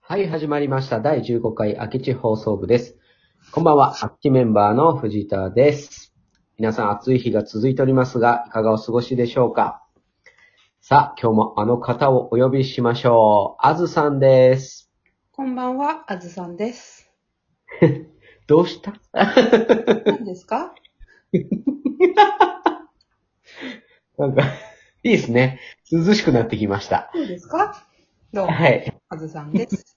はい、始まりました。第15回空き地放送部です。こんばんは、空き地メンバーの藤田です。皆さん暑い日が続いておりますが、いかがお過ごしでしょうかさあ、今日もあの方をお呼びしましょう。あずさんです。こんばんは、あずさんです。どうした何ですかなんか、いいですね。涼しくなってきました。そうですかどうも、はい。あずさんです。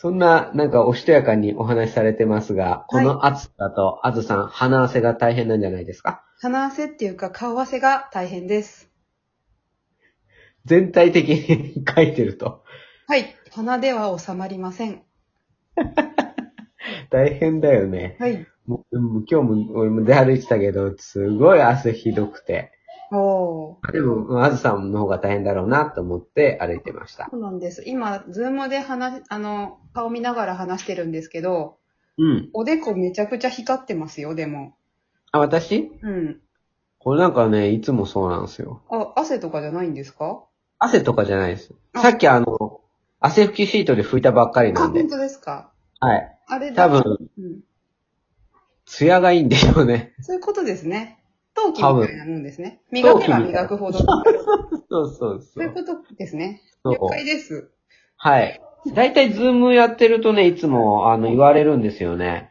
そんな、なんかおしとやかにお話しされてますが、この暑さだと、あずさん、鼻汗が大変なんじゃないですか鼻汗っていうか顔汗が大変です。全体的に 書いてると。はい、鼻では収まりません。大変だよね。はい。もうもう今日も俺も出歩いてたけど、すごい汗ひどくて。おー。でも、あずさんの方が大変だろうなと思って歩いてました。そうなんです。今、ズームで話、あの、顔見ながら話してるんですけど、うん。おでこめちゃくちゃ光ってますよ、でも。あ、私うん。これなんかね、いつもそうなんですよ。あ、汗とかじゃないんですか汗とかじゃないです。あさっきあの、汗拭きシートで拭いたばっかりあ、なんで本。当ですかはい。あれだ多分、うん。艶がいいんでしょうね。そういうことですね。陶器みたいなもんですね。磨分けば磨くほど。そうそうそそういうう。ことですね。そう了解です。はい。だいたいズームやってるとね、いつも、あの、言われるんですよね。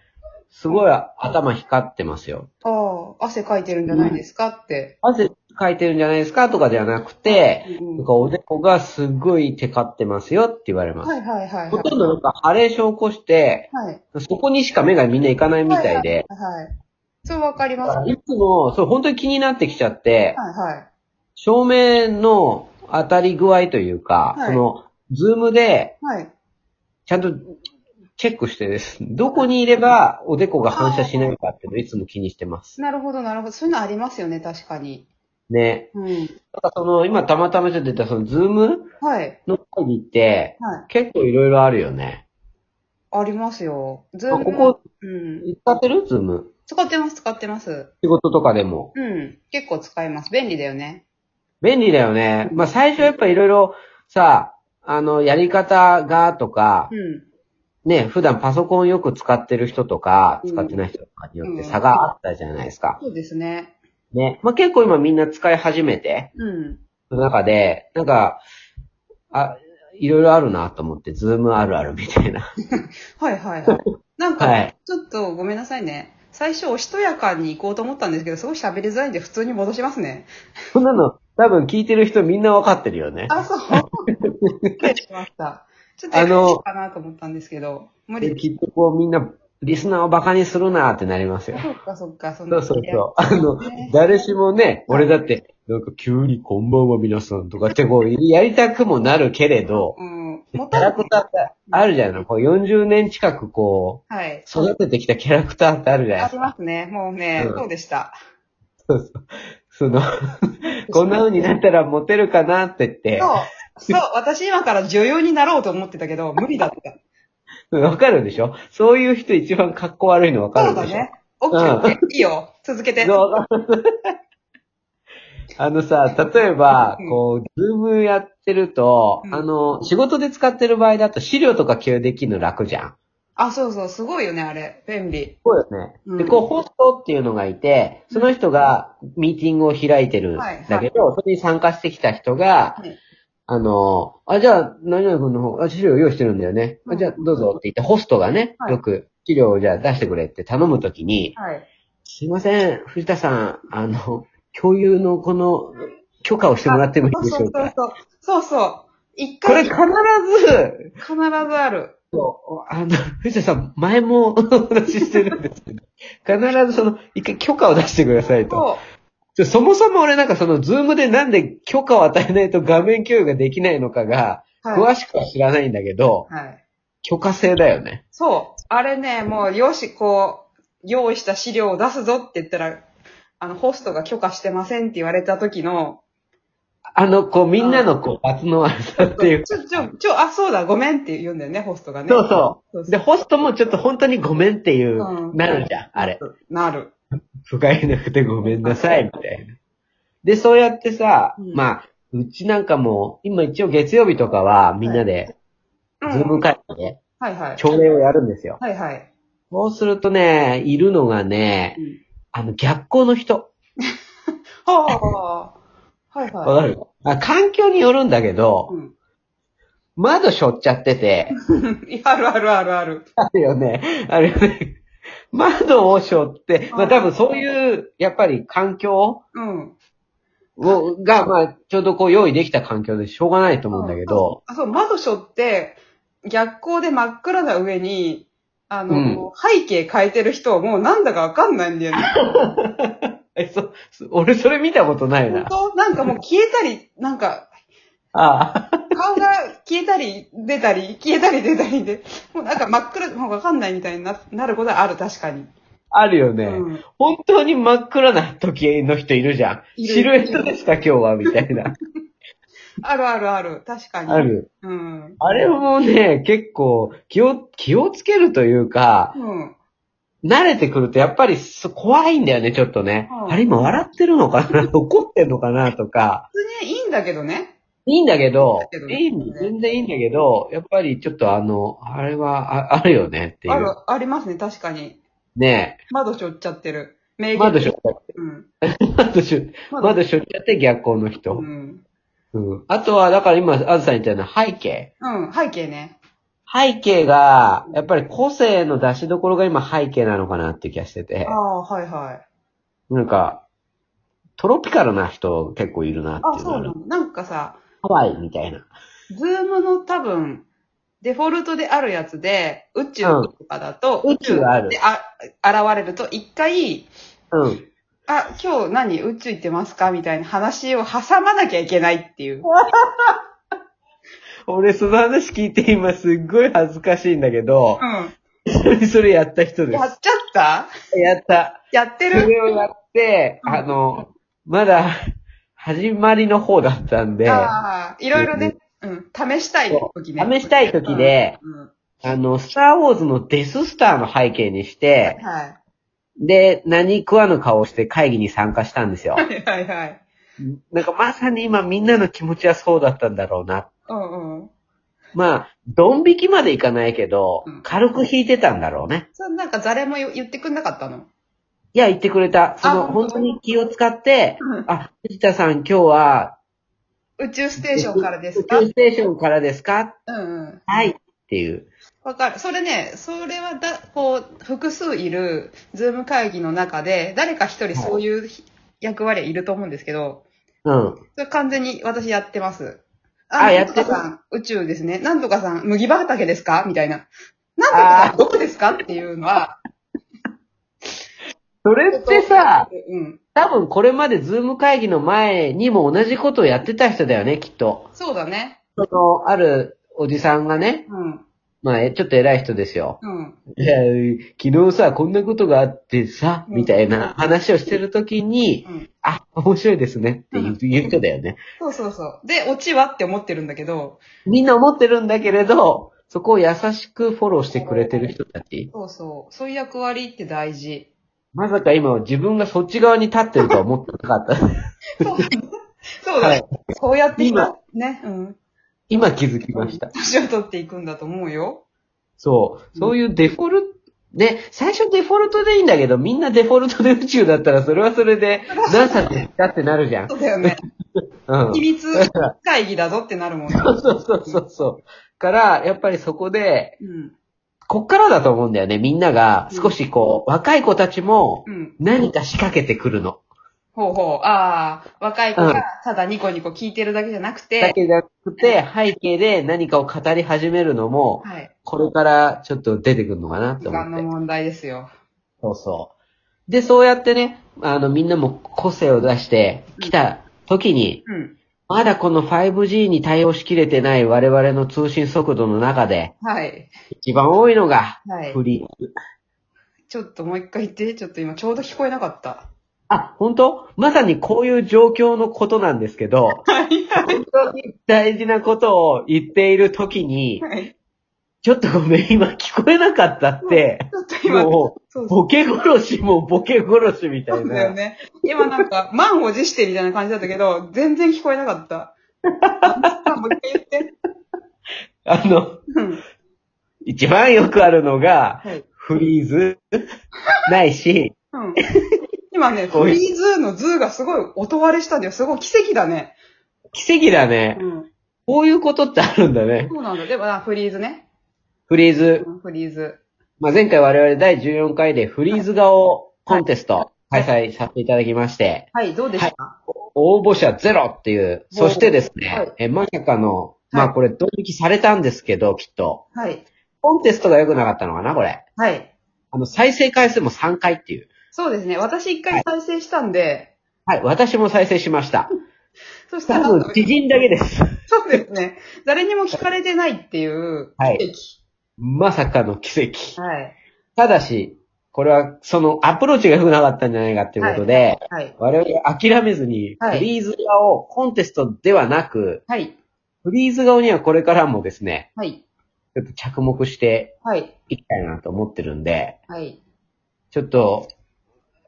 すごい頭光ってますよ。ああ、汗かいてるんじゃないですかって。汗かいてるんじゃないですかとかではなくて、うんなんかおでこがすごいテカってますよって言われます。はいはいはいはい。ほとんどなんか腫れ症を起こして、はい。そこにしか目がみんないかないみたいで、はい。そうわかります。はいいつも、それ本当に気になってきちゃって、はい。照明の当たり具合というか、はいその、ズームで、はい。ちゃんとチェックしてです。どこにいれば、おでこが反射しないかっていうのをいつも気にしてます。なるほどなるほど。そういうのありますよね、確かに。ね。うん。なんかその、今たまたまちょっと出た、その、ズームはい。の会議って、はい。結構いろいろあるよね。ありますよ。ズあーム。ここ、うん。使ってるズーム。使ってます、使ってます。仕事とかでも。うん。結構使います。便利だよね。便利だよね。まあ、最初やっぱいろいろ、さ、あの、やり方がとかう、ん。ね、普段パソコンよく使ってる人とか、使ってない人とかによって差があったじゃないですか。そうですね。ね。まあ、結構今みんな使い始めて、うん。の中で、なんか、あ、いろいろあるなと思って、ズームあるあるみたいな。はいはいはい。なんか、はいちょっとごめんなさいね。最初、おしとやかに行こうと思ったんですけど、すごい喋りづらいんで、普通に戻しますね。そんなの、多分聞いてる人みんなわかってるよね。あ、そう。びっくりしました。ちょっと、あのかなと思ったんですけど、無で理。きっとこうみんな、リスナーをバカにするなってなりますよ。そっかそっか、そんそなうそうそう。あの、誰しもね、俺だって、なんか急にこんばんは皆さんとかってこう、やりたくもなるけれど、うん。もキャたラクターってあるじゃないのこう40年近くこはい。う、育ててきたキャラクターってあるじゃないあですりか。ますね。もうね、うんそうでした。その、こんな風になったらモテるかなって言ってそう。そう、私今から女優になろうと思ってたけど、無理だった。うん、わかるでしょそういう人一番格好悪いのわかそるうだでしょね。オッケーオッケー。いいよ。続けて。そうわかる あのさ、例えばうん、こう、ズームやってると、うんあの、仕事で使ってる場合だと資料とか共有できるの楽じゃん。あ、そうそう、すごいよね、あれ。便利。そうよね。うんで、こう、ホストっていうのがいて、その人がミーティングを開いてるんだけど、それに参加してきた人が、はいあの、あ、じゃあ、何々君の方、あ資料用意してるんだよね。うあんじゃあ、どうぞって言って、ホストがね、はいよく資料をじゃあ出してくれって頼むときに、はい。すいません、藤田さん、あの、共有のこの、許可をしてもらってもいいでしょうか。そうそうそう。そうそう。一これ回必必ず、ずある。そうあの、藤田さん、前も お話ししてるんですけど、必ずその、一回許可を出してくださいと。そう。でそもそも俺なんかそのズームでなんで許可を与えないと画面共有ができないのかが、はい。詳しくは知らないんだけど、はい。許可制だよね。そう。あれね、もう、よし、こう、用意した資料を出すぞって言ったら、あの、ホストが許可してませんって言われた時の、あの、こうみんなのこう、罰の悪さっていう。ちょ、ちょ、ちょ、あ、そうだ、ごめんって言うんだよね、ホストがね。そうそそうう。で、ホストもちょっと本当にごめんっていうう、んなるじゃん、あれ。なる。不甲斐なくてごめんなさい、みたいな。で、そうやってさ、うんまあ、うちなんかも、今一応月曜日とかはみんなで、うズーん。ム会ね、はいはい。朝礼をやるんですよ。はいはい。そうするとね、いるのがね、うんあの、逆光の人。はあ。はいはい。わかるあ環境によるんだけど、うん。 窓しょっちゃってて、いやあるあるあるある。あるよね。あるよね。窓をしょって、まあ多分そういう、やっぱり環境うん。をが、まあちょうどこう用意できた環境でしょうがないと思うんだけど、あ、そう、窓ショって、逆光で真っ暗な上に、あの、うん背景変えてる人はもうなんだかわかんないんだよね。え、そ、そ俺それ見たことない本な。当なんかもう消えたり、なんか、ああ、顔が消えたり、出たり、消えたり出たりで、もうなんか真っ暗、もうわかんないみたいにななることはある、確かに。あるよね。うん。本当に真っ暗な時の人いるじゃん。いるシルエットですか今日はみたいな。あるあるある、確かに。あ。る。うん。あれもね、結構気を、気をつけるというか、うん。慣れてくるとやっぱりそ怖いんだよね、ちょっとね。うんあれ今笑ってるのかな 怒ってんのかなとか。普通にいいんだけどね。いいんだけどだけど、ねいい、全然いいんだけど、やっぱりちょっとあの、あれは、ああるよねっていあるう。、ありますね、確かに。ね窓しょっちゃってる。名え。言。窓しょっちゃって。うん。窓しょ、窓しょっちゃって逆光のう人。ん。うん。あとは、だから今、あずさん言ったような背景。うん、背景ね。背景が、やっぱり個性の出しどころが今背景なのかなって気がしててあ、あ、はいはい。なんか、トロピカルな人結構いるなってあいうのそうはなの。なんかさ、ハワイみたいな。ズームの多分、デフォルトであるやつで、宇宙うんとかだと、宇宙があるで、あ、現れると、一回、うん。あ、今日何宇宙行ってますかみたいな話を挟まなきゃいけないっていう。俺その話聞いて今すっごい恥ずかしいんだけど、 うそれやった人ん。でやっちゃったす。やった。やってそるれをやって、あの、まだ、始まりの方だったんで、ああ、いろいろね、うん、試したい時ね。試したい時で、うん。あの、スターウォーズのデススターの背景にして、はで、何食わぬ顔をして会議に参加したんですよ。い。はいはいはい。なんかまさに今みんなの気持ちはそうだったんだろうな。うんうん。まあ、ドン引きまでいかないけどうん、軽く引いてたんだろうね。そう、なんか誰も言言ってくんなかったのいや、言ってくれた。その、あ本本当当に気を使ってうん、あ、藤田さん今日は、宇宙ステーションからですか宇宙ステーションからですかうんうん。はい。っていう。わかる。それね、それはだ、こう、複数いる、ズーム会議の中で、誰か一人そういうひ役割はいると思うんですけど、うん。それ完全に私やってます。あやってなたんとかさん、宇宙ですね。なんとかさん、麦畑ですかみたいな。なんとかさあん、どこですかっていう のは。それってさ、うん。多分これまでズーム会議の前にも同じことをやってた人だよね、きっと。そうだね。その、あるおじさんがね、うん。まあ、えちょっと偉い人ですよ。うん。いや、昨日さ、こんなことがあってさ、うんみたいな話をしてるときに、うん。あ、面白いですねって言う言う人だよね。そうそうそう。で、オチはって思ってるんだけど、みんな思ってるんだけれど、そこを優しくフォローしてくれてる人たち。そうそう。そういう役割って大事。 まさか今、自分がそっち側に立ってるとは思ってなかった。 そうだね。そうだね。はいそうやって今ね、うん。今気づきました。年を取っていくんだと思うよ。 そう。そういうデフォルト、ね、最初デフォルトでいいんだけど、みんなデフォルトで宇宙だったら、それはそれで、何冊ですかってなるじゃん。そうだよね。 うん秘。密会議だぞってなる もんね。そうそうそうそうそう。から、やっぱりそこで、うん。こっからだと思うんだよね。みんなが少しこう、若い子たちもうん。何か仕掛けてくるの。ほうほう。ああ、若い子うんがただニコニコ聞いてるだけじゃなくだて、けじゃなくて、背景で何かを語り始めるのも、はい。これからちょっと出てくるのかな時と間の思って。問題ですよ。そうそう。で、そうやってね、あの、みんなも個性を出してきた時に、うん。まだこの 5G に対応しきれてない我々の通信速度の中で、はい。一番多いのが、はいフ。リー。ちょっともう一回言って、ちょっと今ちょうど聞こえなかった。あ、本当まさにこういう状況のことなんですけど、はいはい。本当に大事なことを言っている時に、はい。ちょっとごめん、今聞こえなかったって、ちょっと今、もそうう、そボケ殺しもボケ殺しみたいうだよな。ね。今なんか、満を持してみたいな感じだったけど、全然聞こえなかった。あもう一回言って。あの、うん。一番よくあるのが、はい。フリーズ、ないし、うん。今ね、フリーズーのズーがすごい音割れしたんだよ。すごい奇跡だね。奇跡だね。うん。こういうことってあるんだね。そうなんだ。でもな、フリーズね。フリーズ。うんフリーズ。まあ、前回我々第14回でフリーズ顔コンテスト開催させていただきまして、はい、どうでしたか、応募者ゼロっていう、おーそしてですね、はいえまさかの、まあこれドン引きされたんですけど、きっと。はい、コンテストが良くなかったのかな、これ。はい。あの、再生回数も3回っていう。そうですね。私一回再生したんで、はい、私も再生しました。そした多ら、分、知人だけです。そうですね。誰にも聞かれてないっていうはい奇まさかの奇跡。跡。はい。ただし、これは、そのアプローチが良くなかったんじゃないかっていうことで、はい。我々諦めずに、はいフリーズ顔をコンテストではなく、はい。フリーズ顔にはこれからもですね、はい。ちょっと着目してはい。いきたいなと思ってるんで、はい。ちょっと、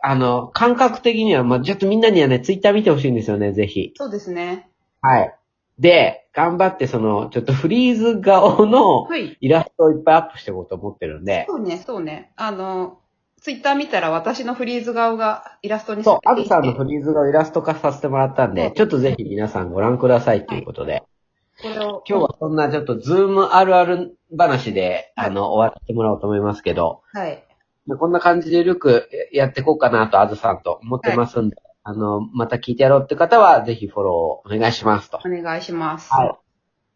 あの、感覚的には、まあ、ちょっとみんなにはね、ツイッター見てほしいんですよね、ぜひ。そうですね。はい。で、頑張ってその、ちょっとフリーズ顔のはい。イラストをいっぱいアップしていこうと思ってるんで、そうね、そうね。あの、ツイッター見たら私のフリーズ顔がイラストにそう、さアブれていてさんのフリーズ顔イラスト化させてもらったんはでい、ちょっとぜひ皆さんご覧くださいということで、これを。今日はそんなちょっとズームあるある話で、はいあの、終わってもらおうと思いますけど、はい。まあこんな感じでゆるくやっていこうかなと、あずさんと思ってますんで、あの、また聞いてやろうって方は、ぜひフォローお願いしますと。お願いします。はい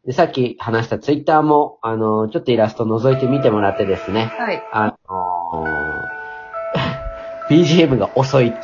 で、さっき話したツイッターも、あの、ちょっとイラスト覗いてみてもらってですね、はい。 あのー BGM が遅いって